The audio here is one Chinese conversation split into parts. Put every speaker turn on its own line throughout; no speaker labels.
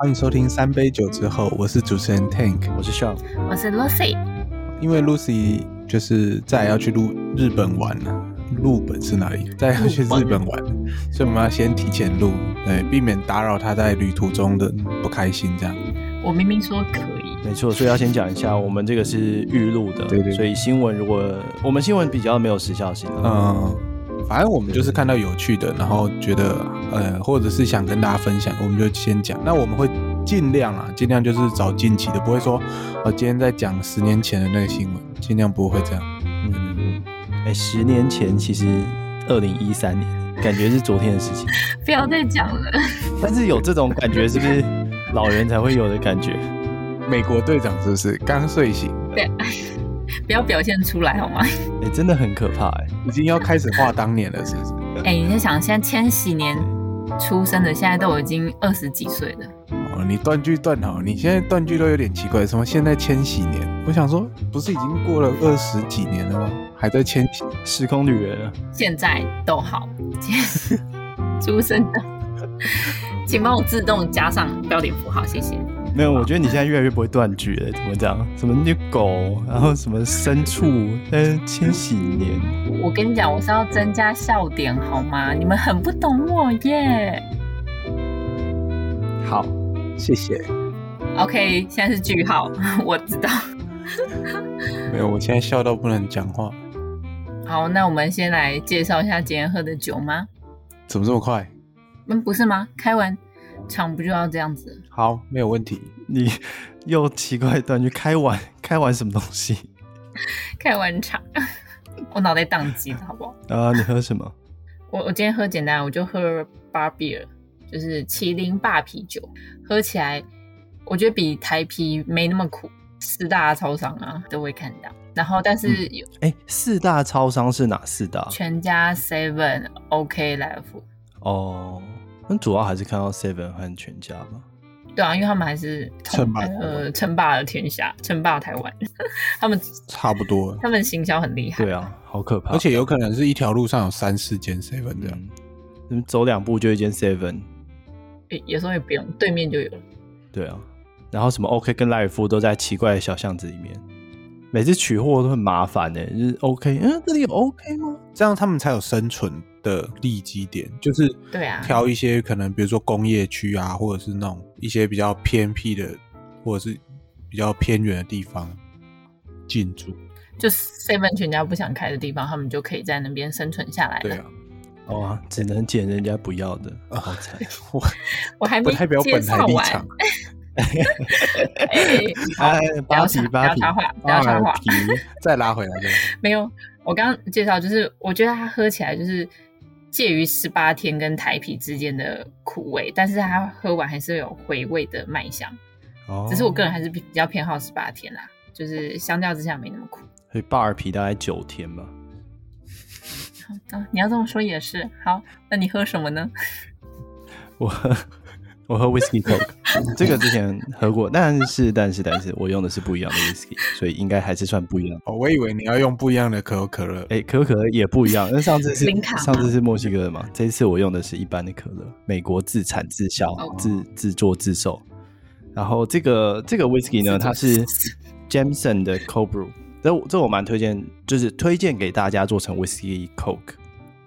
欢迎收听三杯酒之后，我是主持人 Tank。
我是 Sean，
我是 Lucy。
因为 Lucy 就是再来要去日日本玩了，日本是哪里？再来要去日本玩，所以我们要先提前录，对，避免打扰他在旅途中的不开心。这样，
我明明说可以，
没错，所以要先讲一下，我们这个是预录的，
嗯对对对
所以新闻如果我们新闻比较没有时效性，啊
嗯，反正我们就是看到有趣的，然后觉得呃，或者是想跟大家分享，我们就先讲。那我们会尽量啊，尽量就是找近期的，不会说呃今天在讲十年前的那个新闻，尽量不会这样。
嗯，哎、十年前其实二零一三年，感觉是昨天的 事情，
不要再讲了。
但是有这种感觉是不是老人才会有的感觉？
美国队长是不是刚睡醒，
不要表现出来好吗？
哎、真的很可怕哎、
已经要开始画当年了，是不是？
哎、你在想，现在千禧年出生的，现在都已经二十几岁了，
哦，你断句断好，你现在断句都有点奇怪，什么现在千禧年？我想说，不是已经过了二十几年了吗？还在千禧？
时空旅人啊，
现在都好， 出生的， 请帮我自动加上标点符号，谢谢。
没有，我觉得你现在越来越不会断句了，怎么讲？什么那狗，然后什么牲畜，嗯，千禧年，
我跟你讲，我是要增加笑点好吗？你们很不懂我耶。
好，
谢谢。
OK，现在是句号， 我知道。
没有，我现在笑到不能讲话，
好，那我们先来介绍一下今天喝的酒吗？
怎么这么快？
嗯，不是吗？开完场不就要这样子了？
好，没有问题。
你又奇怪断句，开玩开玩什么东西？
开完场， 我脑袋宕机了，好不好？
啊，你喝什么？
我我今天喝简单，我就喝 bar beer，就是麒麟霸啤酒，喝起来我觉得比台啤没那么苦，四大超商啊都会看到。然后但是有
哎，四大超商是哪四大？
全家 Seven、OK Life，
哦，那主要还是看到 Seven 和全家吧。
对啊，因为他们还是统
称霸台湾
呃称霸了天下，称霸台湾， 他们
差不多了
他们行销很厉害。
对啊，好可怕。
而且有可能是一条路上有三四间 seven 这样。
嗯，嗯走两步就一间 Seven。
有，有时候也不用对面就有了。
对啊，然后什么 OK 跟赖尔夫都在奇怪的小巷子里面，每次取货都很麻烦呢、就是 OK，嗯，这里有 OK 吗？
这样他们才有生存的利基点，就是
对啊
挑一些可能比如说工业区啊，或者是那种一些比较偏僻的，或者是比较偏远的地方进驻。
就 Seven 全家不想开的地方，他们就可以在那边生存下来了。
对啊，
哦啊、只能捡人家不要的，好惨。
我
我还
不
没
代表
介
本台
绍
立
完。
场。
哎，
哎，
不
八
要插
比
不
八
要
比
插话，不要
哎
插话。
皮，
再拉回来，
没有，我刚刚介绍就是，我觉得它喝起来就是介于十八天跟台啤之间的苦味，但是它喝完还是有回味的麦香。
哦
只是我个人还是比比较偏好十八天啦，就是相较之下没那么苦。
所以巴尔皮大概九天吧。
啊，你要这么说也是。好，那你喝什 么呢？
我喝我喝 whisky coke，这 个之前喝过，但是但是但是我用的是不一样的 whisky，所以应该还是算不一样。
哦，我以为你要用不一样的可口可乐。
哎，可口可乐也不一样，那上次是
零卡吗
上次是墨西哥的嘛，这一次我用的是一般的可乐，美国自产自销、
哦
自自作自售。然后这个这个 whisky 呢，
自作
它是
自
Jameson 的 cold brew，这我这我蛮推荐，就是推荐给大家做成 whisky coke，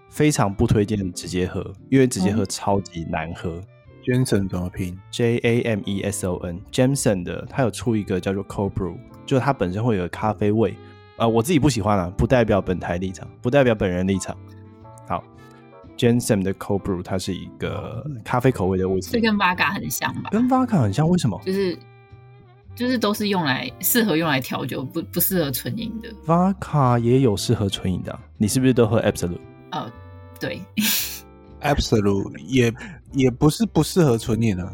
非常不推荐直接喝，因为直接
哦
喝超级难喝。
Jameson 怎么拼？
J A M E S O N Jameson 的，它有出一个叫做 Cold Brew，就是它本身会有咖啡味。呃，我自己不喜欢啊，不代表本台立场，不代表本人立场。好，Jameson 的 Cold Brew 它是一个咖啡口味的威士
这
忌，
跟 v 嘎很像吧？
跟 Vodka 很像，为什么
就是就是都是用来适合用来调酒，不不适合纯饮的。
？Vodka 也有适合纯饮的啊、你是不是都喝 Absolute？
哦，对，
Absolute 也也不是不适合纯饮啊，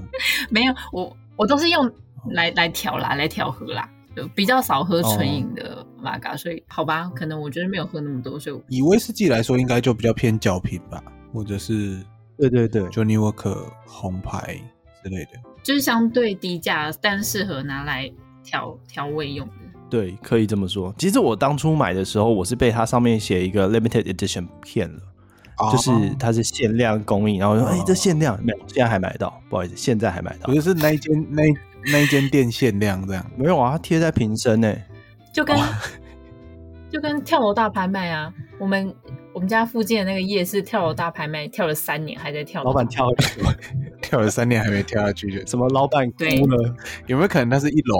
没有，我我都是用来来调啦，来调和啦，就比较少喝
哦
纯饮的玛嘎，所以好吧，可能我觉得没有喝那么多，所以我
以威士忌来说，应该就比较偏角瓶吧，或者是
对对对
Johnny Walker 红牌之类的。
就是相对低价，但适合拿来调调味用的。
对，可以这么说。其实我当初买的时候，我是被它上面写一个 limited edition 骗了，
哦
就是它是限量供应，然后我说
哦
哎、这限量没有，现在还买得到，不好意思，现在还买得到
不，是是那一间那一那一间店限量这样。
没有啊，它贴在瓶身呢、
就跟、就跟跳楼大拍卖啊，我们我们家附近的那个夜市跳楼大拍卖，跳了三年还在
哦
跳。
老板跳下去
跳了三年还没跳下去，就
什么老板哭
对
了，
有没有可能那是一楼？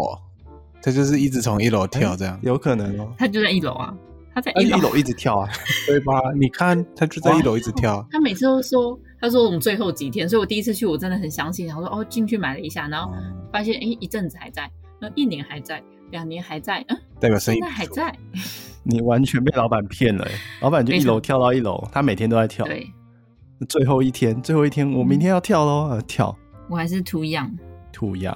他就是一直从一楼跳这样，
有可能哦，
他就在一楼啊，他在
哎
一
一
楼，
楼一直跳啊，
对吧？你看他就在一楼一直跳，
他每次都说，他说我们最后几天，所以我第一次去我真的很相信，然后说哦进去买了一下，然后
嗯
发现哎一阵子还在，然后一年还在，两年还在，嗯，
代表生意
现在还
不错。
在，
你完全被老板骗了欸、老板就
没
一
错
楼跳到一楼，他每天都在跳，
对嗯
最后一天，最后一天，我明天要跳喽，啊跳
我还是 too young。
土洋，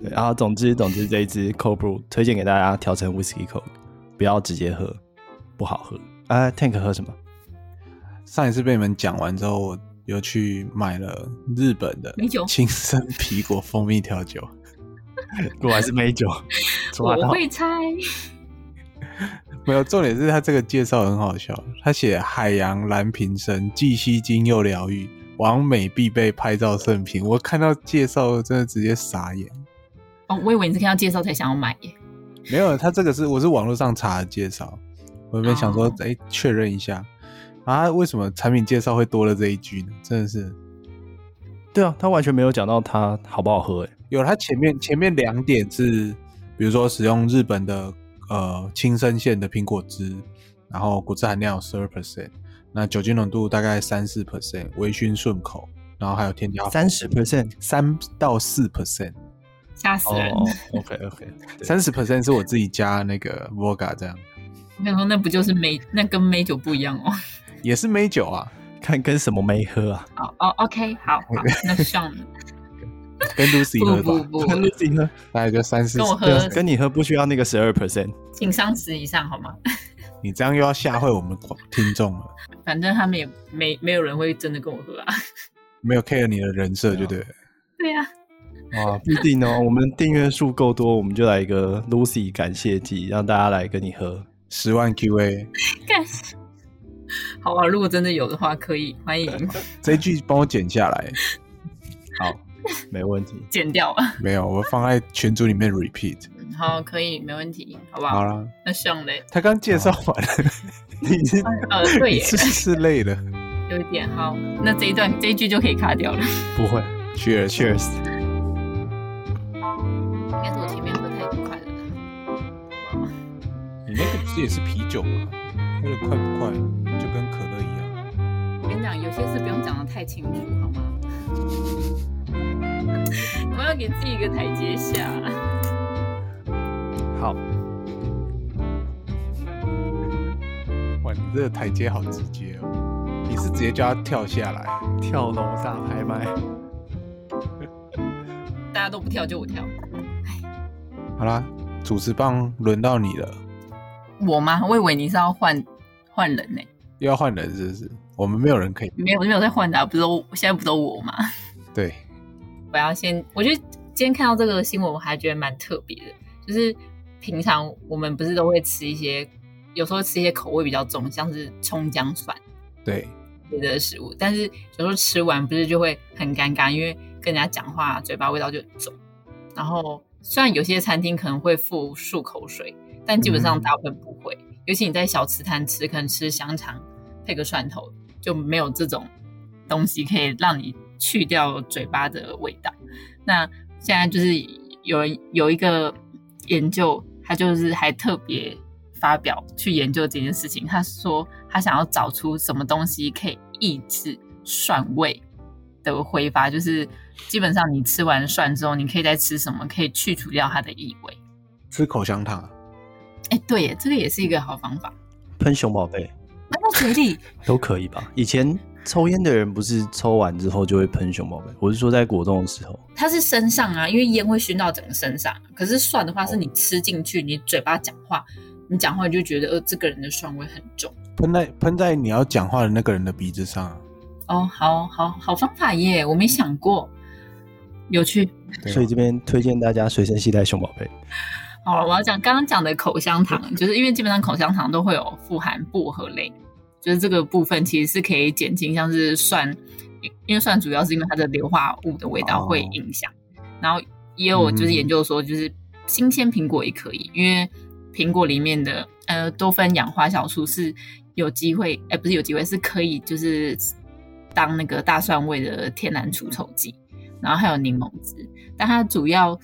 对，然后总之总之这一支 cold brew 推荐给大家，调成 whisky cold，不要直接喝，不好喝。啊，Tank 喝什么？
上一次被你们讲完之后，我又去买了日本的
美酒
青森苹果蜂蜜调酒，
果然是美酒，抓
我
到
会猜，
没有重点是他这个介绍很好笑，他写海洋蓝瓶参既吸睛又疗愈，完美必备拍照圣品。我看到介绍真的直接傻眼。
哦，我以为你是看到介绍才想要买耶。
没有，他这个是我是网络上查的介绍，我原本想说
哦，
哎、确认一下啊，为什么产品介绍会多了这一句呢？真的是
对啊，他完全没有讲到它好不好喝、欸，
有，它前面前面两点是，比如说使用日本的呃青森县的苹果汁，然后果汁含量有十二 percent，那酒精浓度大概三四 percent，微醺顺口，然后还有添加
啊三十 percent。
三到四 percent，
吓死
哦
人！
，OK OK，
三十 percent 是我自己加那个 vodka 这样，
我想说，那不就是美，那跟美酒不一样哦。
也是美酒啊，
看跟什么没喝啊？
哦哦，OK，好， 好，那上
跟 Lucy
不
喝
不
吧，
不，
跟 Lucy 喝，
大概就三四
跟我，喝
对啊，跟你喝不需要那个十二 percent。
请上十以上好吗？
你这样又要吓坏我们听众了，
反正他们也没没有人会真的跟我喝啊。
没有 care 你的人设就对了。
对呀、啊，
哇，不一定 哦。我们订阅数够多，我们就来一个 Lucy 感谢季，让大家来跟你喝。
十万 QA
干。好啊，如果真的有的话，可以欢迎
这一句帮我剪下来，
好，没问题。
剪掉啊。
没有，我放在群组里面 repeat。
嗯 好，可以，没问题，好不好？
好啊啦，
那上嘞，
他刚介绍完了，你是
呃，对
你
耶，
是不是累了
有一点好，那这一段这一句就可以卡掉了。
不会
？Cheers
，Cheers。
应该是我前面喝太快了。
你那个不是也是啤酒吗？喝的快不快？就跟可乐一样。
我跟你讲，有些事不用讲的太清楚，好吗？我要给自己一个台阶下。
好，
哇，你这个台阶好直接哦！你是直接叫他跳下来？
跳楼大拍卖。
大家都不跳，就我跳。
好啦，主持棒轮到你了，
我吗？我以为你是要换换人呢、
又要换人是不是？我们没有人可以
没有没有在换的、啊，不是都现在不都我吗？
对。
我要先，我觉得今天看到这个新闻，我还觉得蛮特别的。就是平常我们不是都会吃一些，有时候吃一些口味比较重，像是葱姜蒜
对，
类的食物，但是有时候吃完不是就会很尴尬，因为跟人家讲话嘴巴味道就很重。然后虽然有些餐厅可能会附漱口水，但基本上
嗯
大部分不会。尤其你在小吃摊吃，可能吃香肠配个蒜头，就没有这种东西可以让你去掉嘴巴的味道。那现在就是有人有一个研究，他就是还特别发表去研究这件事情。他说他想要找出什么东西可以抑制蒜味的挥发，就是基本上你吃完蒜之后，你可以再吃什么可以去除掉它的异味。
吃口香糖，啊
哎，对耶，这个也是一个好方法。
喷熊宝贝
喷到嘴里，
都可以吧？以前抽烟的人不是抽完之后就会喷熊宝贝，我是说在果冻的时候。
它是身上啊，因为烟会熏到整个身上。啊可是蒜的话，是你吃进去，你嘴巴讲话，你讲话你就觉得呃，这个人的蒜味很重。
喷在喷在你要讲话的那个人的鼻子上啊。
哦，好好好方法耶，我没想过，有趣。
对啊
所以这边推荐大家随身携带熊宝贝。
好了，我要讲刚刚讲的口香糖，就是因为基本上口香糖都会有富含薄荷类，就是这个部分其实是可以减轻，像是蒜，因为蒜主要是因为它的硫化物的味道会影响。然后也有就是研究说，就是新鲜苹果也可以，因为苹果里面的呃多酚氧化酵素是有机会，哎、不是有机会，是可以就是当那个大蒜味的天然除臭剂。然后还有柠檬汁，但它主要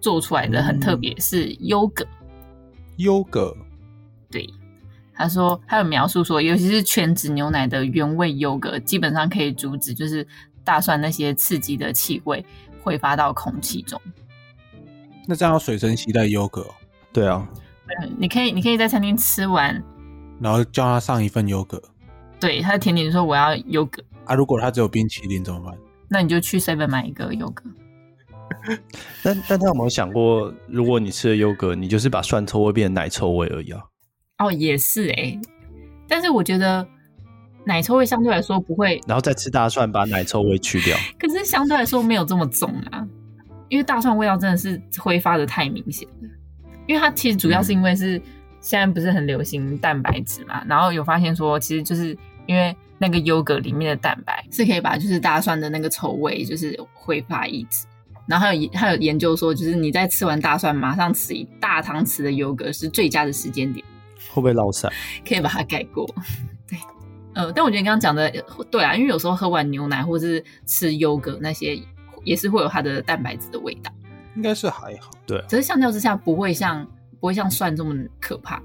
做出来的很特别，是优格。
优格
对，他说还有描述说，尤其是全脂牛奶的原味优格，基本上可以阻止就是大蒜那些刺激的气味挥发到空气中。
那这样要随身携带优格哦，
对啊，
嗯你可以，你可以在餐厅吃完，
然后叫他上一份优格
对他的甜点说我要优格，
啊。如果他只有冰淇淋怎么办？
那你就去 seven 买一个优格。
但但他有没有想过，如果你吃了优格，你就是把蒜臭味变成奶臭味而已啊？
哦，也是诶、但是我觉得奶臭味相对来说不会，
然后再吃大蒜，把奶臭味去掉。
可是相对来说没有这么重啊，因为大蒜味道真的是挥发的太明显了。因为它其实主要是因为是现在不是很流行蛋白质嘛，然后有发现说，其实就是因为那个优格里面的蛋白是可以把就是大蒜的那个臭味就是挥发抑制。然后还有还有研究说，就是你在吃完大蒜，马上吃一大汤匙的优格是最佳的时间点。
会不会落散？
可以把它改过。 对，呃，但我觉得你刚刚讲的呃对啊，因为有时候喝完牛奶或是吃优格那些，也是会有它的蛋白质的味道。
应该是还好，
只是相较之下，不会像不会像蒜这么可怕。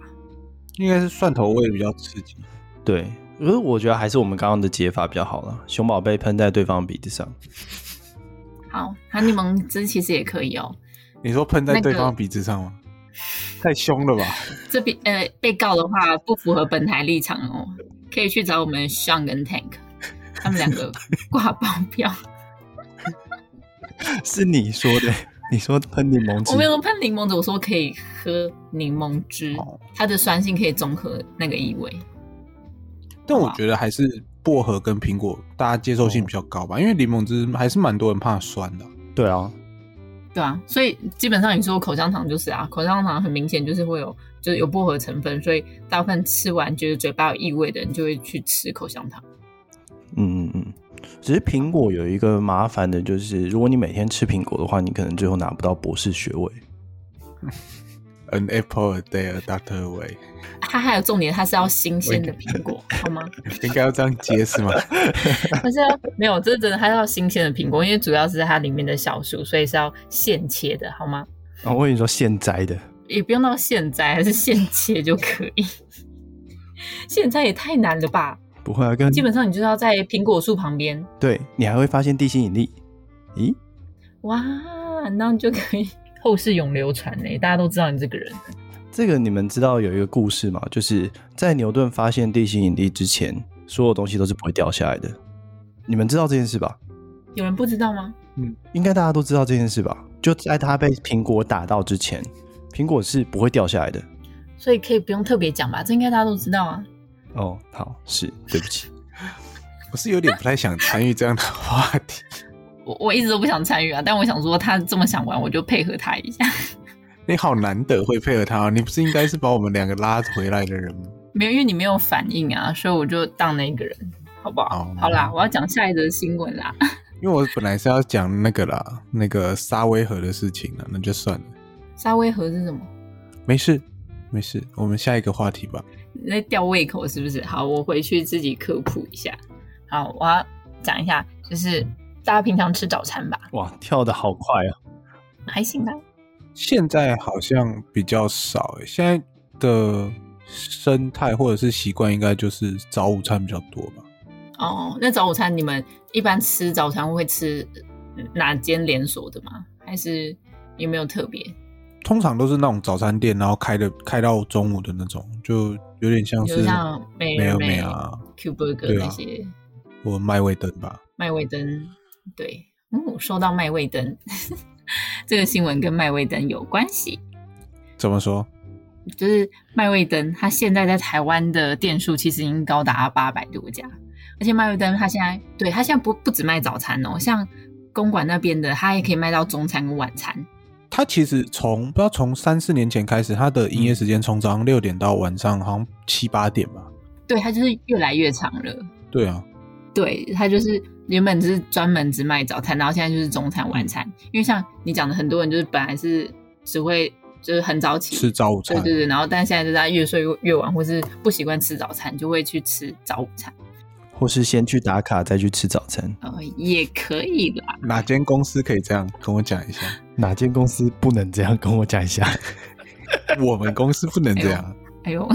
应该是蒜头味比较刺激。
对，可是我觉得还是我们刚刚的解法比较好了。熊宝贝喷在对方鼻子上，
好，它柠檬汁其实也可以哦。
你说喷在
那个
对方鼻子上吗？太凶 了吧！
这边呃，被告的话不符合本台立场哦，可以去找我们 Sean 跟 Tank，他们两个挂包票。
是你说的，你说喷柠檬
我没
汁，
有喷柠檬汁，我说可以喝柠檬汁
哦，
它的酸性可以中和那个异味。
但我觉得还是薄荷跟苹果大家接受性比较高吧，因为柠檬汁还是蛮多人怕酸的。
对啊，
对啊，所以基本上你说口香糖就是啊，口香糖很明显就是会有就是有薄荷成分，所以大部分吃完觉得嘴巴有异味的人就会去吃口香糖。
嗯嗯嗯。只是苹果有一个麻烦的，就是如果你每天吃苹果的话，你可能最后拿不到博士学位。
An apple a day, a doctor away，
它还有重点，它是要新鲜的苹果，好吗？
应该要这样接是吗？
它是要没有，这是真的，它是要新鲜的苹果，因为主要是它里面的酵素，所以是要现切的，好吗？
哦，我跟你说现摘的，
也不用到现摘，还是现切就可以。 现摘也太难了吧？
不会啊，跟
基本上你就是要在苹果树旁边，
对你还会发现地心引力。咦，
哇，那你就可以后世永流传呢、大家都知道你这个人。
这个你们知道有一个故事吗？就是在牛顿发现地心引力之前，所有东西都是不会掉下来的。你们知道这件事吧？
有人不知道吗？
应该大家都知道这件事吧？就在他被苹果打到之前，苹果是不会掉下来的。
所以可以不用特别讲吧，这应该大家都知道啊。
哦，好，是对不 起。
我是有点不太想参与这样的话题。
我我一直都不想参与啊，但我想说他这么想玩，我就配合他一下。
你好难得会配合他、哦，你不是应该是把我们两个拉回来的人吗？
没有，因为你没有反应啊，所以我就当那个人，好不好？
好
好啦，我要讲下一则新闻啦。
因为我本来是要讲那个啦，那个沙威河的事情啊了，那就算了，
沙威河是什么？
没事，没事，我们下一个话题吧。
你在吊胃口是不是？好，我回去自己科普一下。好，我要讲一下，就是大家平常吃早餐吧，
哇，跳的好快啊！
还行吧。
现在好像比较少、欸，现在的生态或者是习惯应该就是早午餐比较多吧。
哦，那早午餐你们一般吃早餐会吃呃哪间连锁的吗？还是有没有特别？
通常都是那种早餐店，然后开的开到中午的那种，就有点像
比如
是
像美
美
而
而
美
美啊、
Q Burger
对啊
那些
我麦味登吧。
麦味登，对，嗯，我收到麦味登， 这个新闻跟麦味登有关系，
怎么说？
就是麦味登它现在在台湾的店数其实已经高达八百多家，而且麦味登它现在对它现在不不只卖早餐哦，像公馆那边的它也可以卖到中餐跟晚餐，
它其实从不知道
嗯
从三四年前开始，它的营业时间从早上六点到晚上好像七八点吧。
对，它就是越来越长了。
对啊，
对，它就是原本是专门只卖早餐，然后现在就是中餐、晚餐。因为像你讲的，很多人就是本来是只会就是很早起
吃早午
对
餐
对对，然后但现在就是他越睡越越晚，或是不习惯吃早餐，就会去吃早午餐，
或是先去打卡再去吃早餐。
呃，也可以啦。
哪间公司可以这样跟我讲一 下？
哪间公司不能这样？跟我讲一下。
我们公司不能这样，
哎呦，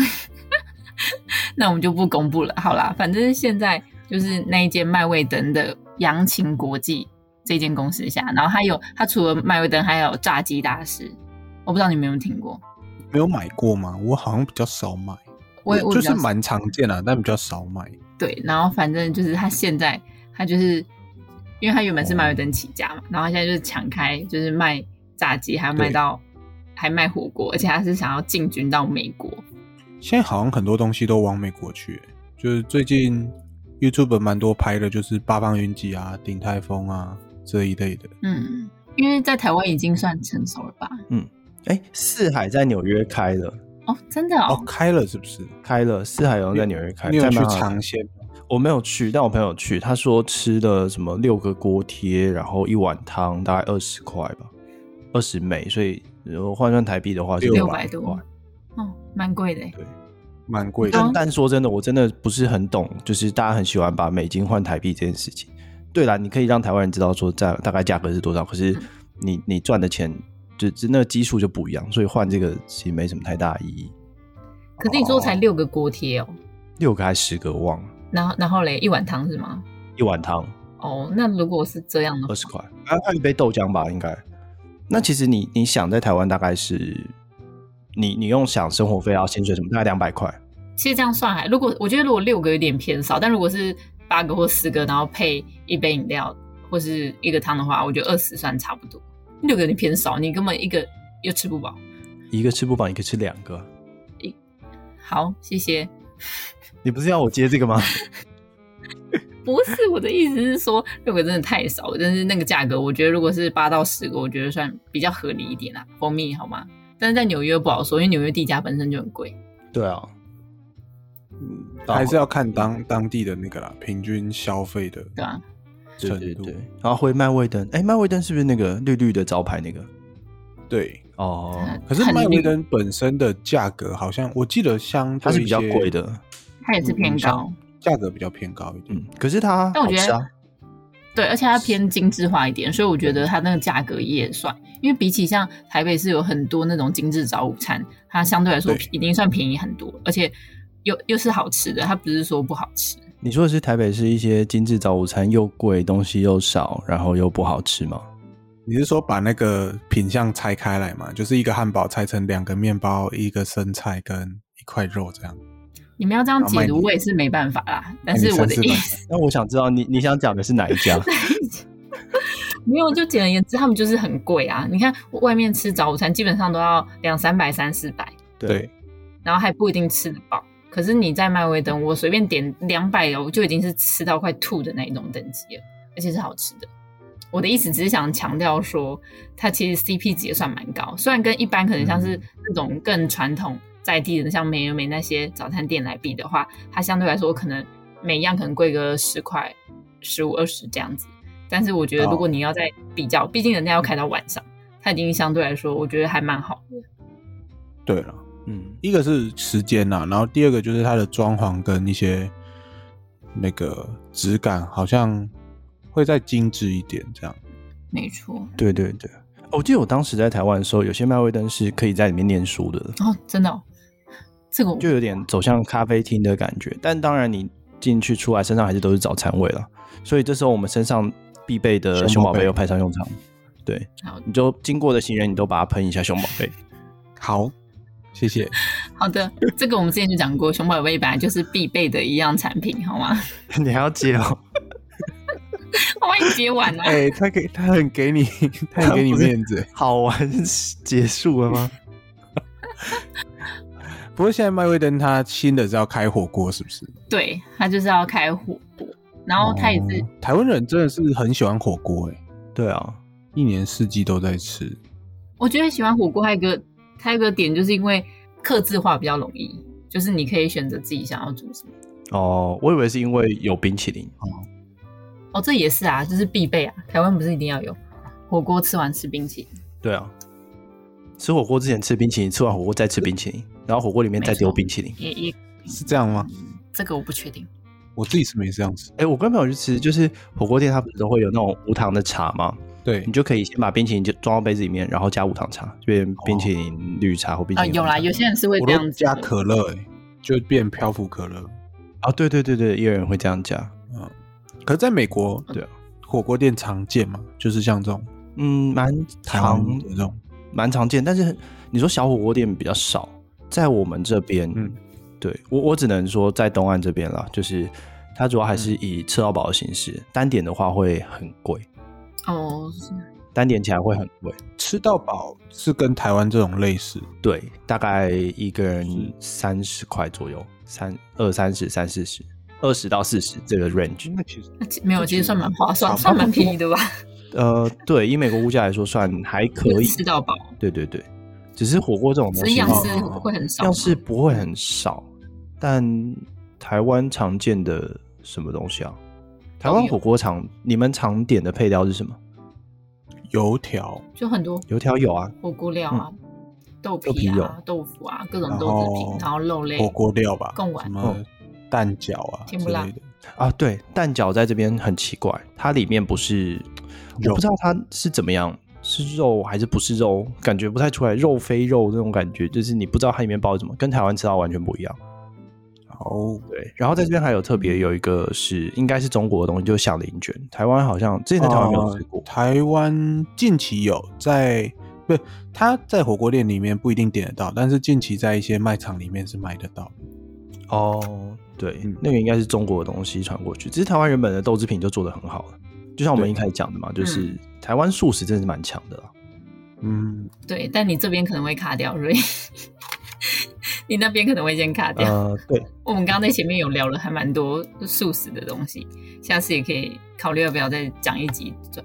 那我们就不公布了。好啦，反正现在就是那一间麦味登的扬琴国际这间公司下，然后还有它除了麦味登，还有炸鸡大师，我不知道你们有没有听过。
没有买过吗？我好像比较少买，
我也我
就
比较
是蛮常见啊，但比较少买。
对，然后反正就是他现在他就是，因为他原本是卖油灯起家嘛，然后他现在就是抢开，就是卖炸鸡，还卖
对
到还卖火锅，而且他是想要进军到美国。
现在好像很多东西都往美国去、欸就是最近 YouTube 蛮多拍的，就是八方云集啊、鼎泰丰啊这一类的。
嗯，因为在台湾已经算成熟了吧？
哎，四海在纽约开了，
哦，真的
哦
哦，，
开了是不是？
开了，四海有在纽约开。
你有
在
去
曼哈顿
尝鲜吗？
我没有去，但我朋友去，他说吃了什么六个锅贴，然后一碗汤，大概二十块吧，二十美，所以如果换算台币的话是
600
百
多
块。
哦，蛮贵的耶。
蛮贵的
哦
但。但说真的，我真的不是很懂，就是大家很喜欢把美金换台币这件事情。对啦，你可以让台湾人知道说在大概价格是多少，可是你你赚的钱就就那个基数就不一样，所以换这个其实没什么太大意义。
可是你说才六个锅贴哦，
六个还是十个我忘了，
然后然后嘞，一碗汤是吗？
一碗汤
哦，那如果是这样的话
二，十块，还还有一杯豆浆吧，应该。那其实你你想在台湾大概是，你你用想生活费啊薪水什么大概两百块，
其实这样算还，如果我觉得如果六个有点偏少，但如果是八个或四个，然后配一杯饮料或是一个汤的话，我觉得二十算差不多。六个有点偏少，你根本一个又吃不饱。
一个吃不饱，一个吃两个。
好，谢谢。
你不是要我接这个吗？
不是我的意思是说，六个真的太少了，但是那个价格，我觉得如果是八到十个，我觉得算比较合理一点啦、蜂蜜好吗？但是在纽约不好说，因为纽约地价本身就很贵。
对啊，
还是要看当当地的那个啦，平均消费的
对啊
对对
程度
对。。然后会卖味灯，哎，卖味灯是不是那个绿绿的招牌那个？
对，
哦，
可是
嗯很
麦威
绿
登本身的价格好像我记得相对
它是比较
一些
贵，的，
它也是偏高。
价格比较偏高一点。
嗯，可是它
但
好
我觉得
吃啊。
对，而且它偏精致化一点，所以我觉得它那个价格也算，因为比起像台北市有很多那种精致早午餐，它相对来说
对
已经算便宜很多，而且又又是好吃的，它不是说不好吃。
你说的是台北市一些精致早午餐又贵，东西又少，然后又不好吃吗？
你是说把那个品相拆开来嘛？就是一个汉堡拆成两个面包、一个生菜跟一块肉这样。
你们要这样
然后
解
卖
读，
你哎
我也是没办法啦。但
卖你
是我的
300-400
意思，
那我想知道你你想讲的是哪一 家？
没有，就简而言之，他们就是很贵啊。你看外面吃早午餐，基本上都要两三百、三四百，
对，
然后还不一定吃得饱。可是你在麦威登，我随便点两百我就已经是吃到快吐的那一种等级了，而且是好吃的。我的意思只是想强调说，它其实 CP 值也算蛮高，虽然跟一般可能像是那种更传统在地的，像美而美那些早餐店来比的话，它相对来说可能每一样可能贵个十块、十五、二十这样子。但是我觉得，如果你要再比较，毕竟人家要开到晚上，它已经相对来说，我觉得还蛮好的。
对了，
嗯，
一个是时间呐、然后第二个就是它的装潢跟一些那个质感，好像会再精致一点这样。
没错，
对对对。哦我记得我当时在台湾的时候，有些麦味登是可以在里面念书的，
哦，真的、哦，这个我
就有点走向咖啡厅的感觉。但当然，你进去出来身上还是都是早餐味了，所以这时候我们身上必备的
熊
熊
宝
宝
贝
贝又派上用场。对
好，
你就经过的行人，你都把它喷一下熊宝贝。
好，谢谢。
好的，这个我们之前就讲过，熊宝贝本来就是必备的一样产品，好吗？
你还要接 哦？
我帮你接完了、
哎、他给他很给你，他很给你面子。
好玩 结束了吗？
不过现在麦威登它新的是要开火锅，是不是？
对，他就是要开火锅，然后他也是、
哦台湾人真的是很喜欢火锅，哎，
对啊，
一年四季都在吃。
我觉得喜欢火锅还有一个还有一个点，就是因为克制化比较容易。就是你可以选择自己想要煮什么。
哦，我以为是因为有冰淇淋。
哦，这也是啊，就是必备啊，台湾不是一定要有火锅吃完吃冰淇淋，
对啊，吃火锅之前吃冰淇淋，吃完火锅再吃冰淇淋，然后火锅里面再丢冰淇淋。
也也
是这样吗？
这个我不确定。
我自己是没这样子。
哎，我跟朋友去吃，就是火锅店它不是都会有那种无糖的茶吗？
对
你，就可以先把冰淇淋就装到杯子里面，然后加无糖茶，就变冰
哦
淇淋绿茶或冰淇
啊，
淋、
有啦，有些人是会
我
这样
都
子
加
的
可乐、欸，就变漂浮可乐。
啊，对对对对，也有人会这样加。
可是在美国，
对啊，
火锅店常见嘛，就是像这种
嗯，蛮
台湾
常
的这种，
蛮常见，但是你说小火锅店比较少，在我们这边，
嗯，
对我我只能说在东岸这边啦，就是它主要还
嗯
是以吃到饱的形式，单点的话会很贵，
哦，是
单点起来会很贵，
吃到饱是跟台湾这种类似。
对，大概一个人三十块左右，三二三十三四十，二十到四十这个 range，
那其实
那其没有，
不
其实
止
算蛮划算，
好吧
算蛮便宜的吧，
呃，对，以美国物价来说算还可以，
吃到饱，
对对对，只是火锅这种东
只是
西
样
哦
式会很少。
样式不会很少，但台湾常见的什么东西啊？台湾火锅常你们常点的配料是什么？
油条，
就很多
油条有啊，
火锅料啊，豆
豆皮
皮
有
啊、豆腐啊，各种
然
豆制
后
品，然后肉类、
火锅料吧，
贡丸
什么蛋饺啊之
天不辣
类的。
啊对，蛋饺在这边很奇怪，它里面不是，我
肉
不知道它是怎么样，是肉还是不是肉，感觉不太出来，肉非肉那种感觉，就是你不知道它里面包什么，跟台湾吃到完全不一样。
哦，
对，然后在这边还有特别有一个是应该是中国的东西，就是响铃卷，台湾好像之前在台湾没有吃过
呃，台湾近期有在，不，他在火锅店里面不一定点得到，但是近期在一些卖场里面是买得到的。
哦，对，
嗯
那个应该是中国的东西传过去，只是台湾原本的豆制品就做得很好了，就像我们
对
一开始讲的嘛，就是台湾素食真的是蛮强的啦。
嗯，
对，但你这边可能会卡掉，所以 你那边可能会先卡掉。
呃，对，
我们刚刚在前面有聊了还蛮多素食的东西，下次也可以考虑要不要再讲一集专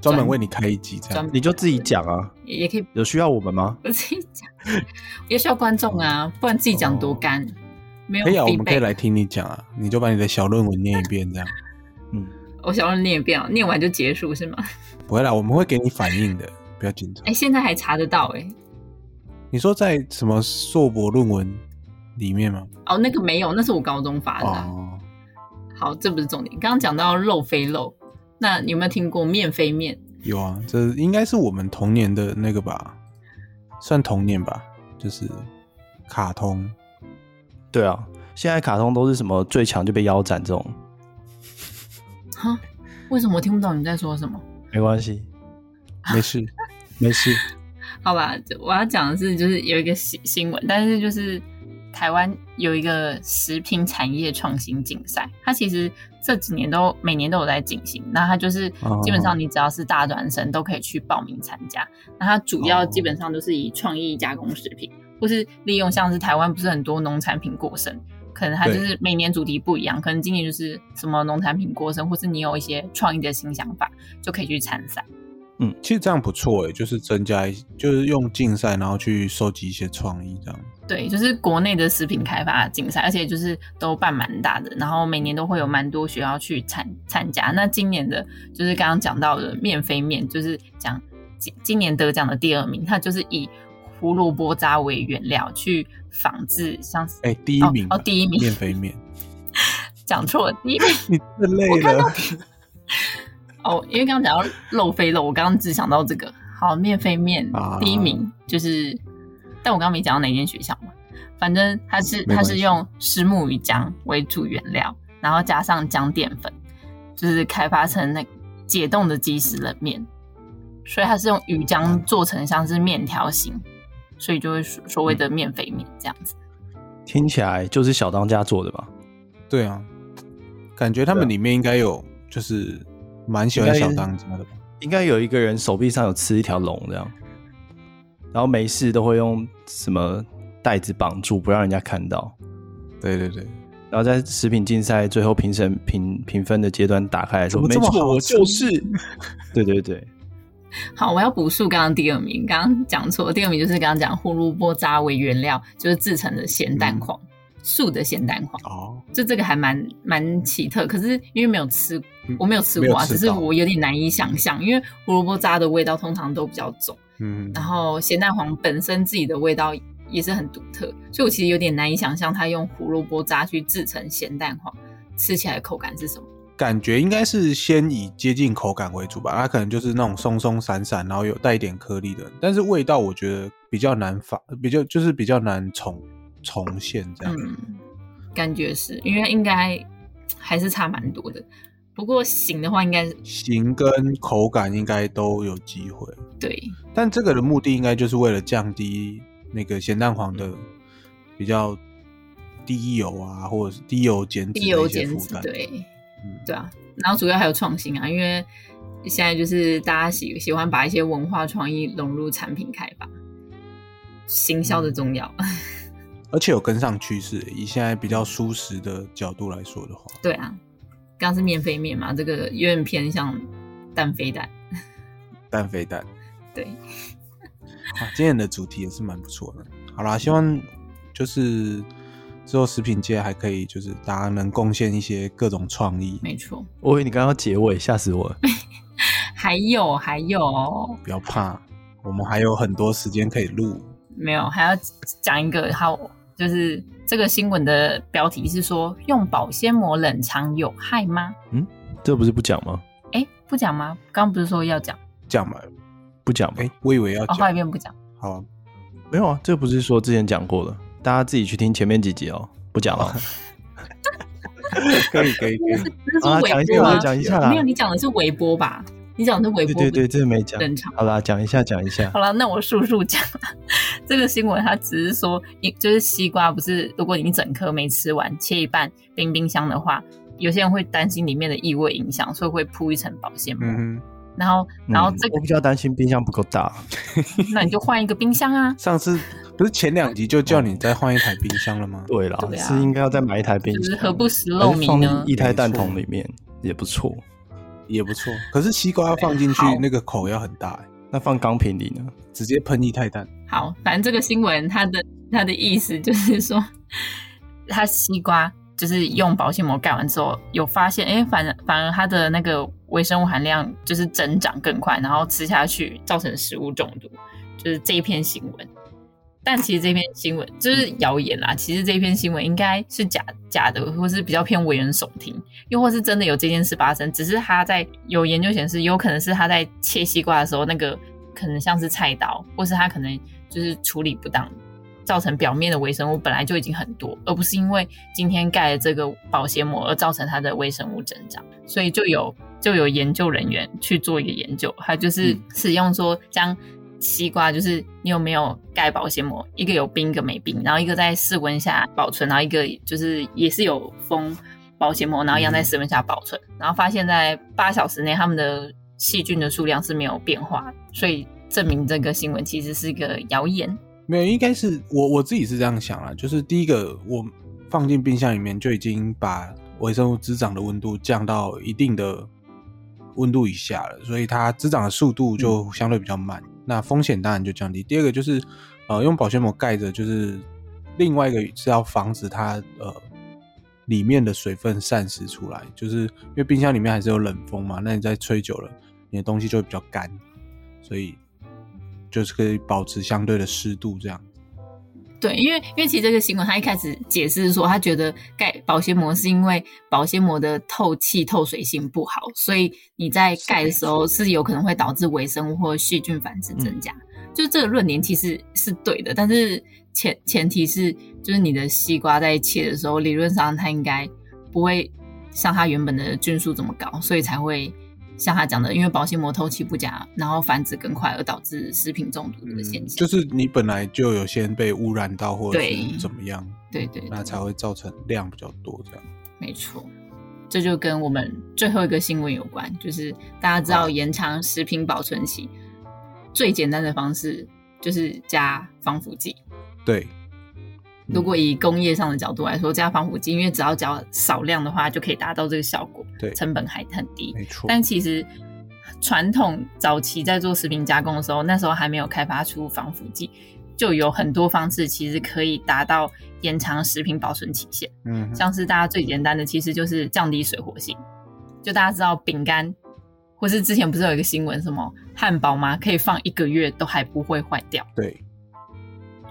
专门为你开一集这样
专。
你就自己讲啊，
也也可以
有需要我们吗？
我自己讲，也需要观众啊，不然自己讲多干，没有
可以啊，我们可以
feedback。
来听你讲啊，你就把你的小论文念一遍这样。
嗯，
我想要念一遍啊，念完就结束是吗？
不会啦，我们会给你反应的，不要紧张
哎、。现在还查得到哎、
你说在什么硕博论文里面吗？
哦，那个没有，那是我高中发的啊、
哦，
好，这不是重点。刚刚讲到肉非肉，那你有没有听过面非面？
有啊，这应该是我们童年的那个吧，算童年吧，就是卡通。
对啊，现在卡通都是什么最强就被腰斩这种，
哈，为什么我听不懂你在说什么？
没关系，
没事，没事。
好吧，就我要讲的是，就是有一个新新闻，但是就是台湾有一个食品产业创新竞赛，它其实这几年都每年都有在进行。那它就是
哦
基本上你只要是大专生都可以去报名参加。那它主要基本上都是以创意加工食品，或是利用像是台湾不是很多农产品过剩。可能它就
对
是每年主题不一样，可能今年就是什么农产品过剩，或是你有一些创意的新想法，就可以去参赛。
其实这样不错诶，欸就是增加一，就是用竞赛，然后去收集一些创意，这样。
对，就是国内的食品开发竞赛，而且就是都办蛮大的，然后每年都会有蛮多学校去参参加。那今年的就是刚刚讲到的面非面，就是讲今今年得奖的第二名，它就是以胡萝卜渣为原料去仿制，像是
哎、第一
哦
名
哦第一名
面肥面，
讲错了，第一名
你真的累了。
哦，因为刚刚讲到漏飞漏，我刚刚只想到这个。好，面非面、
啊
第一名就是，但我刚刚没讲到哪间学校嘛。反正它是
没
它
关系
是用石木鱼浆为主原料，然后加上姜淀粉，就是开发成那解冻的即食冷面。所以它是用鱼浆做成像是面条形，所以就会所所谓的面肥面这样子。
听起来就是小当家做的吧？
对啊，感觉他们里面应该有，就是蛮喜欢小当家的吧？
应该有一个人手臂上有刺一条龙这样，然后没事都会用什么袋子绑住，不让人家看到。
对对对，
然后在食品竞赛最后评审评评分的阶段打开来
怎
说，
么
没
这么
错，
好啊
我
吃
就是，对对对，
好，我要补述刚刚第二名，刚刚讲错，第二名就是刚刚讲胡萝卜渣为原料，就是制成的咸蛋黄。素的咸蛋黄，
哦，
就这个还蛮蛮奇特。可是因为没有吃，我没有吃过啊，
没有吃
只是
到
我有点难以想象，因为胡萝卜渣的味道通常都比较重，
嗯，
然后咸蛋黄本身自己的味道也是很独特，所以我其实有点难以想象它用胡萝卜渣去制成咸蛋黄，吃起来的口感是什么。
感觉应该是先以接近口感为主吧，它可能就是那种松松散散，然后有带一点颗粒的，但是味道我觉得比较难发，比较就是比较难重重现这样。
嗯，感觉是因为应该还是差蛮多的。不过醒的话，应该是
形跟口感应该都有机会，
对，
但这个的目的应该就是为了降低那个咸蛋黄的
嗯
比较低油啊，或者是低油减脂
低
的
油
一些
减
负
脂
担。，
对
嗯
对啊。然后主要还有创新啊，因为现在就是大家喜喜欢把一些文化创意融入产品开发，行销
嗯
的重要。
而且有跟上趋势。以现在比较舒适的角度来说的话，
对啊，刚刚是面飞面嘛，这个有点偏向蛋飞蛋。
蛋肥蛋。
对，
啊，今天的主题也是蛮不错的。好啦，希望就是之后食品界还可以，就是大家能贡献一些各种创意，
没错。
我以为你刚刚结尾，吓死我了。
还有还有，
不要怕，我们还有很多时间可以录。
没有，还要讲一个，还有就是这个新闻的标题是说用保鲜膜冷藏有害吗？
这不是不讲吗？
哎，不讲吗？刚不是说要讲，
这样吧，
不讲吧
哎、？我以为要
哦，后
讲，
来变不讲。
好啊，
没有啊，这不是说之前讲过的，大家自己去听前面几集哦，不讲了。
可以可以可以，
这是
啊，
说
讲一
微
下
波
啦，
吗？
讲一下啦
没。有，你讲的是微波吧？你讲的是微
对
波，
对对，这没讲。
冷藏。
好啦，讲一下，讲一下
好。了，那我速速讲 这个新闻，它只是说，一就是西瓜不是，如果你整颗没吃完，切一半冰冰箱的话，有些人会担心里面的异味影响，所以会铺一层保鲜膜。
嗯哼。
然后，然后
嗯
这个
我比较担心冰箱不够大。
那你就换一个冰箱啊。
上次不是前两集就叫你再换一台冰箱了吗？
对啦，
对啊
是应该要再买一台冰
就是
箱，
何不食
还
肉
是
糜
放
呢
进？液态蛋筒里面也不错。
也不错。可是西瓜放进去
好
那个口要很大、欸，
那放钢瓶里呢？
直接喷液态蛋。
好，反正这个新闻它的它的意思就是说，它西瓜就是用保鲜膜盖完之后，有发现，哎，反反而它的那个微生物含量就是增长更快，然后吃下去造成食物中毒，就是这一篇新闻。但其实这篇新闻就是谣言啦，其实这篇新闻应该是假假的，或是比较偏危言耸听，又或是真的有这件事发生，只是他在有研究显示，有可能是他在切西瓜的时候，那个可能像是菜刀，或是他可能就是处理不当，造成表面的微生物本来就已经很多，而不是因为今天盖了这个保鲜膜而造成它的微生物增长，所以就有就有研究人员去做一个研究，他就是
嗯
使用说将。西瓜就是你有没有盖保鲜膜？一个有冰，一个没冰，然后一个在室温下保存，然后一个就是也是有封保鲜膜，然后一样在室温下保存，然后发现在八小时内它们的细菌的数量是没有变化，所以证明这个新闻其实是一个谣言。
没有，应该是我我自己是这样想啦，啊就是第一个，我放进冰箱里面就已经把微生物滋长的温度降到一定的温度以下了，所以它滋长的速度就相对比较慢，嗯那风险当然就降低。第二个就是，呃，用保鲜膜盖着，就是另外一个是要防止它呃里面的水分散失出来，就是因为冰箱里面还是有冷风嘛，那你在吹久了，你的东西就会比较干，所以就是可以保持相对的湿度这样。
对，因为因为其实这个新闻他一开始解释说，他觉得盖保鲜膜是因为保鲜膜的透气透水性不好，所以你在盖的时候是有可能会导致微生物或细菌繁殖
嗯
增加。就是这个论点其实是对的，但是前前提是就是你的西瓜在切的时候，理论上它应该不会像它原本的菌数这么高，所以才会。像他讲的，因为保鲜膜透气不佳，然后繁殖更快，而导致食品中毒的现象。
嗯就是你本来就有先被污染到，或者是
对
怎么样，
对对对
那才会造成量比较多这样。
没错，这就跟我们最后一个新闻有关，就是大家知道延长食品保存期最简单的方式就是加防腐剂。
对，嗯
如果以工业上的角度来说，加防腐剂，因为只要加少量的话，就可以达到这个效果，
对
成本还很低。
没错。
但其实传统早期在做食品加工的时候，那时候还没有开发出防腐剂，就有很多方式其实可以达到延长食品保存期限。
嗯哼，
像是大家最简单的，其实就是降低水活性。就大家知道饼干，或是之前不是有一个新闻，什么汉堡吗？可以放一个月都还不会坏掉。
对，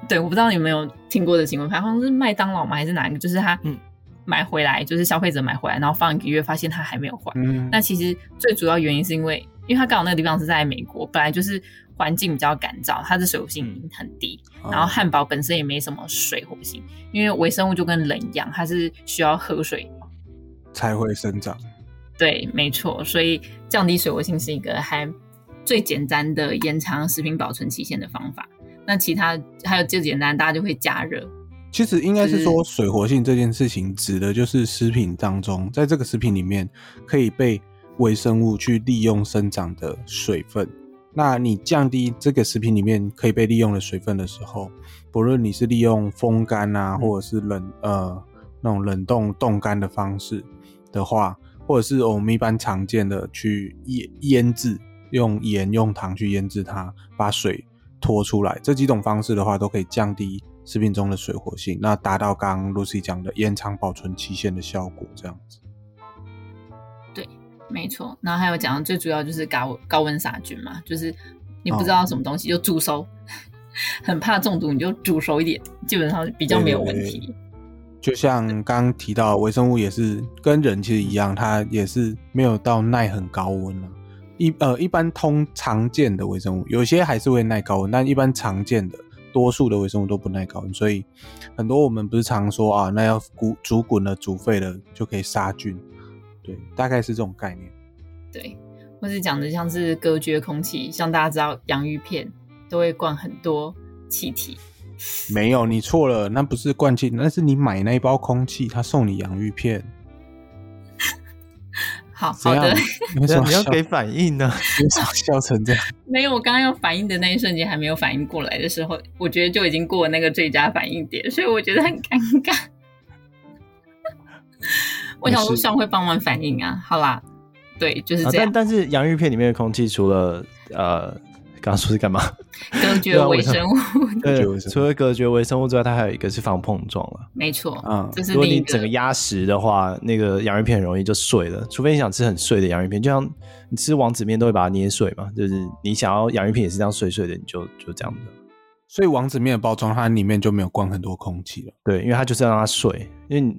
对，我不知道你们有听过的新闻，好像是麦当劳吗？还是哪一个？就是他
嗯
买回来，就是消费者买回来，然后放一个月，发现它还没有坏。
嗯，
那其实最主要原因是因为，因为它刚好那个地方是在美国，本来就是环境比较干燥，它的水活性很低，
哦
然后汉堡本身也没什么水活性，因为微生物就跟人一样，它是需要喝水。
才会生长。
对，没错，所以降低水活性是一个还最简单的延长食品保存期限的方法。那其他还有最简单，大家就会加热，
其实应该是说
就
水活性这件事情，指的就是食品当中，在这个食品里面可以被微生物去利用生长的水分。那你降低这个食品里面可以被利用的水分的时候，不论你是利用风干啊，
嗯
或者是冷呃那种冷冻冻干的方式的话，或者是我们一般常见的去腌腌制，用盐用糖去腌制它，把水拖出来，这几种方式的话都可以降低食品中的水活性，那达到刚刚 Lucy 讲的延长保存期限的效果，这样子。
没错。然后还有讲到最主要就是高高温杀菌嘛，就是你不知道什么东西就煮熟， 很怕中毒你就煮熟一点，基本上比较没有问题。
对就像刚刚提到，微生物也是跟人其实一样，它也是没有到耐很高温了、一呃，一般通常见的微生物，有些还是会耐高温，但一般常见的多数的微生物都不耐高温，所以很多我们不是常说啊，那要煮煮滚了、煮沸了就可以杀菌，对，大概是这种概念。
对，或是讲的像是隔绝空气，像大家知道洋芋片都会灌很多气体，
没有，你错了，那不是灌气，那是你买那一包空气，他送你洋芋片。
好
怎
好
样
的。？
你
对啊
想
你要给反应呢、
你想笑成 这样？
没有，我刚刚要反应的那一瞬间还没有反应过来的时候，我觉得就已经过了那个最佳反应点，所以我觉得很尴 尬。我想说，算会帮忙反应啊。好啦，对，就是
啊
这样
但，但是洋芋片里面的空气除了呃，刚刚说是干嘛？
隔绝微生物，
隔绝
对
微，生物
除了隔绝微生物之外，它还有一个是防碰撞了。
没错，
嗯，
这是
啊如果
另
你
一
整
个
个压实的话，那个洋芋片很容易就碎了。除非你想吃很碎的洋芋片，就像你吃王子面都会把它捏碎嘛，就是你想要洋芋片也是这样碎碎的，你就就这样的。
所以王子面的包装它里面就没有灌很多空气了。
对，因为它就是要让它碎，因为你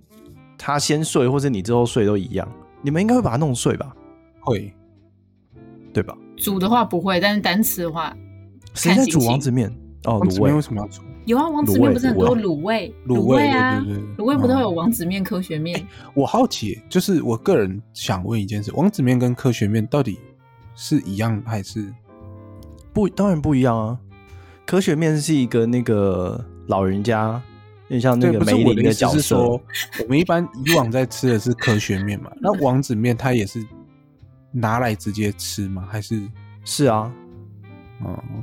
它先碎或者你之后碎都一样。你们应该会把它弄碎吧？
会，
对吧？
煮的话不会，但是单吃的话
谁
看
在
心情
煮王子面？哦，
王子
卤
面为
味。
什么要煮？
有啊，王子面不是很多
卤
卤味，
卤
味
味
啊
对对对，
卤味不都
嗯
有王子面科学面？
我好奇，就是我个人想问一件事：王子面跟科学面到底是一样还是？
不，当然不一样啊。科学面是一个那个老人家，有点像那
对，
个
不是
梅
我的
林
意思
角
是
色。
说，我们一般以往在吃的是科学面嘛，那王子面它也是拿来直接吃吗？还是？
是啊，
哦
嗯，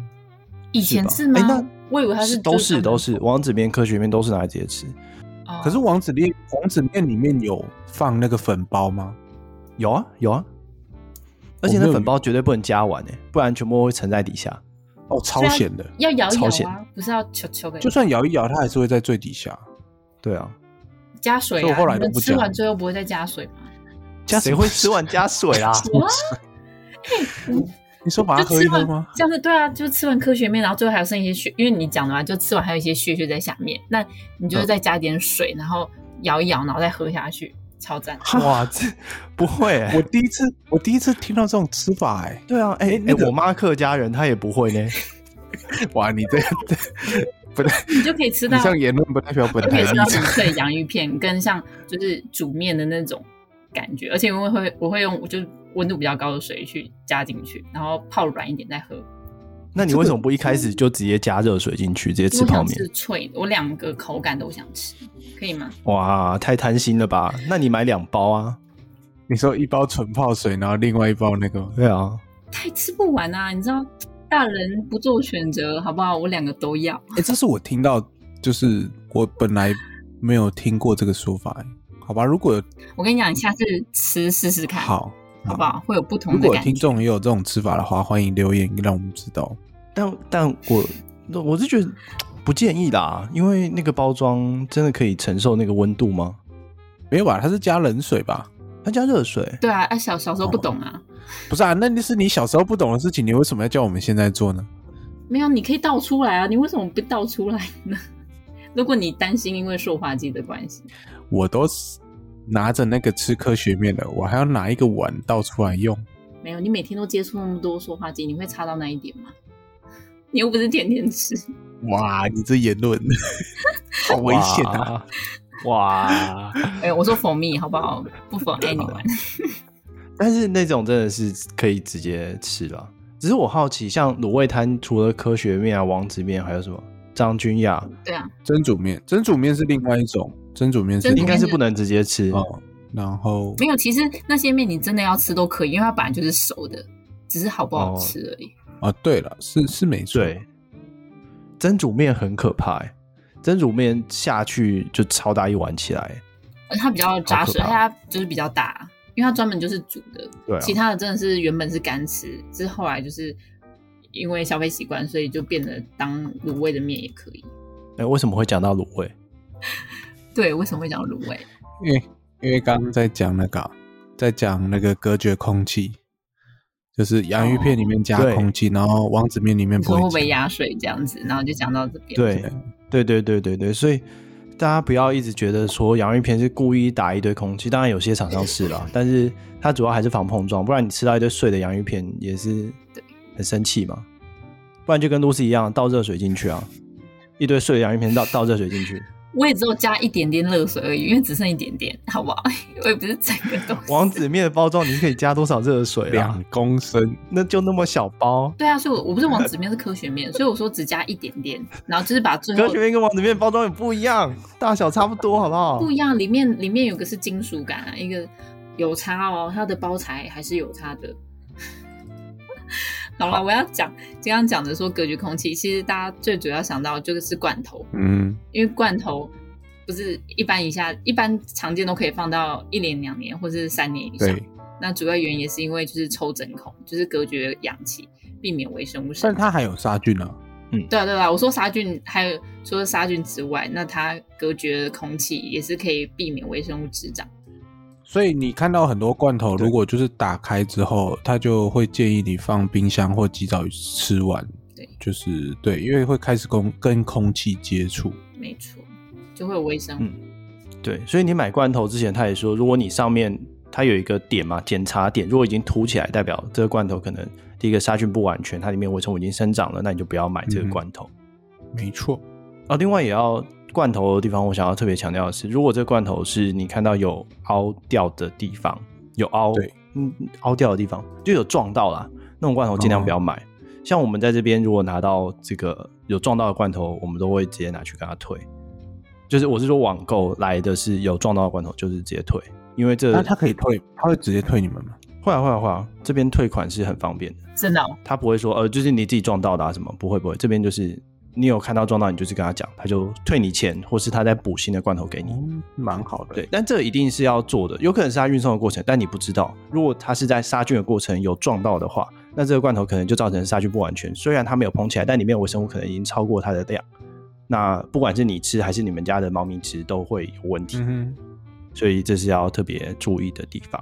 以前
吧
是吗
诶哎那？
我以为它
是
是
都是
就
都是王子面、科学面都是拿来直接吃。
哦
可是王子面王子面里面有放那个粉包吗？
有啊有啊，而且
我没
那
有
粉包绝对不能加完诶、不然全部会沉在底下。
哦，超咸的，
要摇一
朝
摇
鲜
啊，不是要球球给
就算摇一摇，它还是会在最底下。
对啊，
加水
所以
啊，
我后来
你
都
们
不
吃
加
完最后不会再加水吗？
加什
谁
么
会吃完加水 啊？
我
你说把它
就
喝
吃
一喝
完
吗？
这样子对啊，就吃完科学面，然后最后还有剩一些血，因为你讲的嘛，就吃完还有一些血血在下面，那你就是再加点水，然后摇一摇，然后再喝下去，超赞。
啊哇， 这不会、欸。
我第一次，我第一次听到这种吃法、哎，
对啊，哎、哎、
那个
我妈客家人她也不会呢。
哇，你这个不太，
你就可以吃
你
到，
这样言论不代表本
就可
台啊
以
立
吃 到
场。
很脆的洋芋片，跟像就是煮面的那种感觉，而且我会我会用我就是温度比较高的水去加进去，然后泡软一点再喝。
那你为什么不一开始就直接加热水进去，直接
因
吃
为我
泡
想
面
吃？脆的，我两个口感都想吃，可以吗？
哇，太贪心了吧？那你买两包啊？
你说一包纯泡水，然后另外一包那个，
对啊，
太吃不完啊！你知道，大人不做选择，好不好？我两个都要。
哎、这是我听到，就是我本来没有听过这个说法、哎好吧？如果
我跟你讲，你下次吃试试看，，
好，
好不好？会有不
如
同的
果
感
听
觉。
众也有这种吃法的话，欢迎留言让我们知道。
但但我那我是觉得不建议啦，因为那个包装真的可以承受那个温度吗？
没有吧？它是加冷水吧？
它加热水，
对啊，啊小小时候不懂啊，
不是啊，那是你小时候不懂的事情，你为什么要叫我们现在做呢？
没有，你可以倒出来啊，你为什么不倒出来呢？ 如果你担心因为塑化剂的关系，
我都是拿着那个吃科学面了，我还要拿一个碗倒出来用。
没有，你每天都接触那么多塑化剂，你会擦到那一点吗？ 你又不是天天吃，
哇，你这言 论好危险啊！
哇！哇，
哎、我说 for me 好不好？不 for anyone。
但是那种真的是可以直接吃啦。只是我好奇，像卤味摊除了科学面啊、王子面，还有什么张君雅，
对啊，
蒸煮面，蒸煮面是另外一种，蒸煮面是
蒸煮
另
应
外
该
一
是不能直接吃。
种哦。然后
没有，其实那些面你真的要吃都可以，因为它本来就是熟的，只是好不
哦
好吃而已。
啊，对了，是是没错，
对，蒸煮面很可怕、欸，蒸煮面下去就超大一碗起来。欸
而它比较扎实，
好可
而且
怕
它就是比较大，因为它专门就是煮的。
对啊
其他的真的是原本是干吃，之后来就是因为消费习惯，所以就变得当卤味的面也可以。
哎、为什么会讲到卤味？
对，为什么会讲卤味？
因为因为刚刚在讲那个啊，在讲那个隔绝空气，就是洋芋片里面加
哦对
空气，然后王子面里面
你
不
说会
会
不会
加。
压水这样子？然后就讲到这边。，
对，对对对对对，所以大家不要一直觉得说洋芋片是故意打一堆空气，当然有些厂商是啦，但是它主要还是防碰撞，不然你吃到一堆碎的洋芋片也是很生气嘛。不然就跟 Lucy 一样，倒热水进去啊，一堆碎的洋芋片倒倒热水进去。
我也只有加一点点热水而已，因为只剩一点点，好不好？ 我也不是整个东西。
王子面的包装你可以加多少热水啊
两？公升，
那就那么小包。
对啊，所以我我不是王子面是科学面，所以我说只加一点点，然后就是把最
科
后
学面跟王子面包装也不一样，大小差不多，好不好？
不一样，里面里面有个是金属感啊，一个有差哦，它的包材还是有差的。 好了，我要讲刚刚讲的说隔绝空气，其实大家最主要想到就是罐头，
嗯，
因为罐头不是一般以下一般常见都可以放到一年、两年或是啊三年以上。
对，
那主要原因也是因为就是抽真空，就是隔绝氧气，避免微生物
但
生
是
成。
它还有杀菌啊，
对啊对啊，我说杀菌，还有除了杀菌之外，那它隔绝空气也是可以避免微生物滋长。
所以你看到很多罐头，
对
如果就是打开之后，它就会建议你放冰箱或及早吃完。
对，
就是对，因为会开始空跟空气接触。
没错，就会有微生物。
嗯对，所以你买罐头之前，他也说，如果你上面它有一个点嘛，检查点，如果已经凸起来，代表这个罐头可能第一个杀菌不完全，它里面微生物已经生长了，那你就不要买这个罐头。
没错，
啊，另外也要罐头的地方，我想要特别强调的是，如果这个罐头是你看到有凹掉的地方，有凹，
对，
嗯，凹掉的地方就有撞到啦，那种罐头尽量不要
哦
买。像我们在这边，如果拿到这个有撞到的罐头，我们都会直接拿去跟他退。就是我是说网购来的是有撞到的罐头，就是直接退，因为这
那它可以退，它会直接退你们吗？
会啊会啊会啊，这边退款是很方便的。
真的、哦，
他不会说呃，就是你自己撞到的、啊、什么，不会不会，这边就是你有看到撞到，你就是跟他讲，他就退你钱，或是他再补新的罐头给你。
嗯，蛮好的。
对，，但这一定是要做的，有可能是他运送的过程，但你不知道，如果他是在杀菌的过程有撞到的话，那这个罐头可能就造成杀菌不完全。虽然它没有膨起来，但里面微生物可能已经超过它的量。那不管是你吃还是你们家的猫咪吃，都会有问题。
嗯
所以这是要特别注意的地方。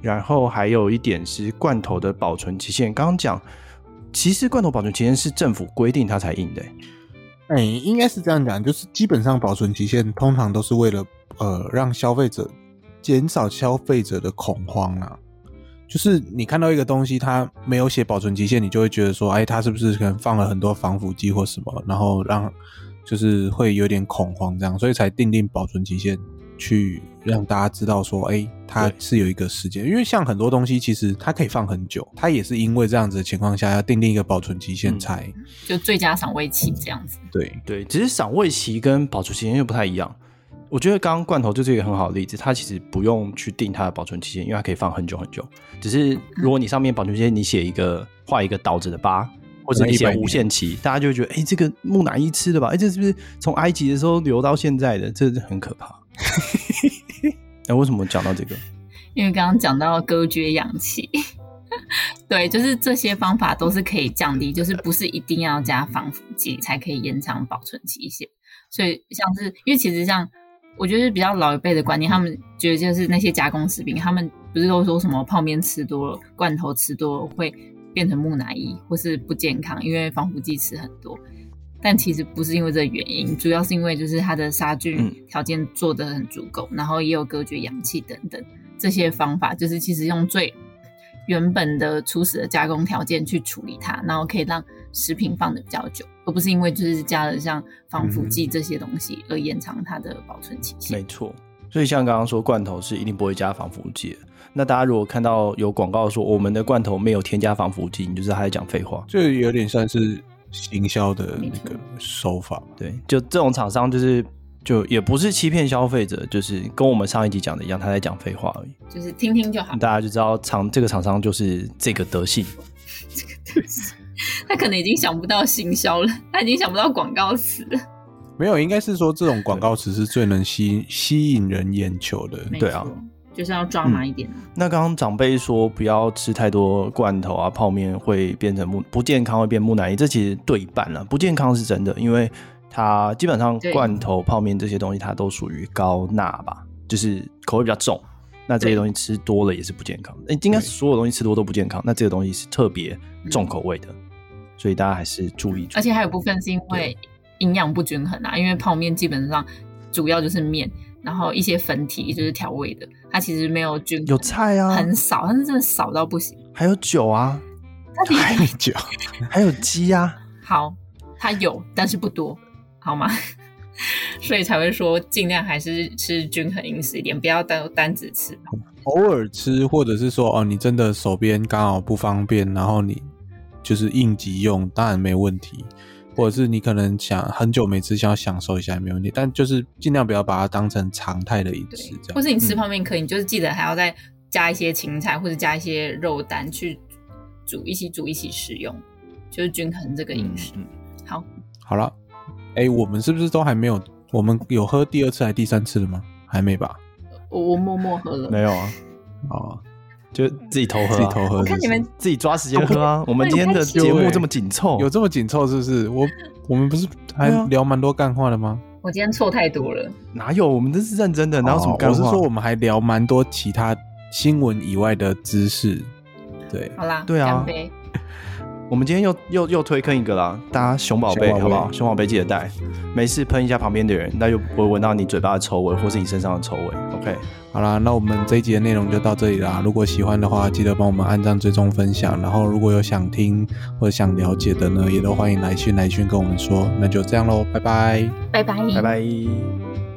然后还有一点是罐头的保存期限，刚刚讲，其实罐头保存期限是政府规定它才印的欸、
哼，哎、应该是这样讲，就是基本上保存期限通常都是为了呃让消费者减少消费者的恐慌啊。就是你看到一个东西，它没有写保存期限，你就会觉得说，哎，它是不是可能放了很多防腐剂或什么，然后让就是会有点恐慌这样，所以才定定保存期限，去让大家知道说，哎，它
对
是有一个时间。因为像很多东西，其实它可以放很久，它也是因为这样子的情况下，要定定一个保存期限
嗯
才、
就最佳赏味期这样子。
对。
对，只是赏味期跟保存期限又不太一样。我觉得刚刚罐头就是一个很好的例子，它其实不用去定它的保存期限，因为它可以放很久很久。只是如果你上面保存期限你写一个画一个倒着的疤，或者你写无限期，大家就会觉得，哎、这个木乃伊吃的吧？哎、这是不是从埃及的时候流到现在的？这很可怕。哎、为什么讲到这个？
因为刚刚讲到隔绝氧气， 对，就是这些方法都是可以降低，就是不是一定要加防腐剂才可以延长保存期限。所以像是因为其实像我觉得比较老一辈的观念，他们觉得就是那些加工食品，他们不是都说什么泡面吃多了、罐头吃多了会变成木乃伊或是不健康，因为防腐剂吃很多。但其实不是因为这个原因，主要是因为就是它的杀菌
嗯
条件做得很足够，然后也有隔绝氧气等等这些方法，就是其实用最原本的初始的加工条件去处理它，然后可以让食品放得比较久，而不是因为就是加了像防腐剂这些东西而延长它的保存期
嗯
限。
没错，所以像刚刚说罐头是一定不会加防腐剂的。那大家如果看到有广告说我们的罐头没有添加防腐剂，你就知道他在讲废话。
就有点算是行销的那个手法吧。
对，就这种厂商就是就也不是欺骗消费者，就是跟我们上一集讲的一样，他在讲废话而已。
就是听听就好。
大家就知道厂这个厂商就是这个德性。
他可能已经想不到行销了，他已经想不到广告词了。
没有，应该是说这种广告词是最能吸吸引人眼球的。
没
对啊嗯
错，就是要抓马一点啊。
那刚刚长辈说不要吃太多罐头啊，泡面会变成木不健康，会变木乃伊，这其实对一半了。不健康是真的，因为它基本上
对
罐头、泡面这些东西，它都属于高钠吧，就是口味比较重。那这些
对
东西吃多了也是不健康，诶应该
对
所有东西吃多都不健康。那这个东西是特别重口味的，所以大家还是注意。
而且还有部分是因为营养不均衡啊，因为泡面基本上主要就是面，然后一些粉体就是调味的，它其实没有均衡，
有菜啊，
很少，但是真的少到不行。
还有酒啊，
它里
太久，
还有鸡啊，
好，它有，但是不多，好吗？ 所以才会说尽量还是吃均衡饮食一点，不要单单只吃。
偶尔吃，或者是说哦，你真的手边刚好不方便，然后你就是应急用，当然没问题。或者是你可能想很久没吃，想要享受一下也没问题，但就是尽量不要把它当成常态的饮食这
对，或
样。
是你吃泡面可以，你就是记得还要再加一些芹菜或者加一些肉蛋去煮，一起煮一起食用，就是均衡这个饮食。
嗯
好，
好了，哎、我们是不是都还没有？我们有喝第二次还第三次的吗？还没吧？
我我默默喝了。
没有啊，
哦，
就自己偷
自
喝、啊，
己偷喝
我
是
看
不
你
是
们
自己抓时间喝啊！我们今天的节目这么紧凑，
哦有这么紧凑是不是？我我们不是还
哦对啊
聊蛮多干话的吗？
我今天错太多了，
哪有？我们这是认真的，哪有什么干
哦
话？
我是说我们还聊蛮多其他新闻以外的知识。对，
好啦，
对啊
干杯！
我们今天又又又推坑一个啦，大家熊宝
熊
贝
宝贝
好不好？熊宝贝记得带，没事喷一下旁边的人，那就不会闻到你嘴巴的臭味或是你身上的臭味。OK，
好啦，那我们这一集的内容就到这里啦。如果喜欢的话，记得帮我们按赞、追踪、分享。然后如果有想听或者想了解
嗯
的呢，也都欢迎来讯来讯跟我们说。那就这样喽，拜拜。
拜拜，
拜拜。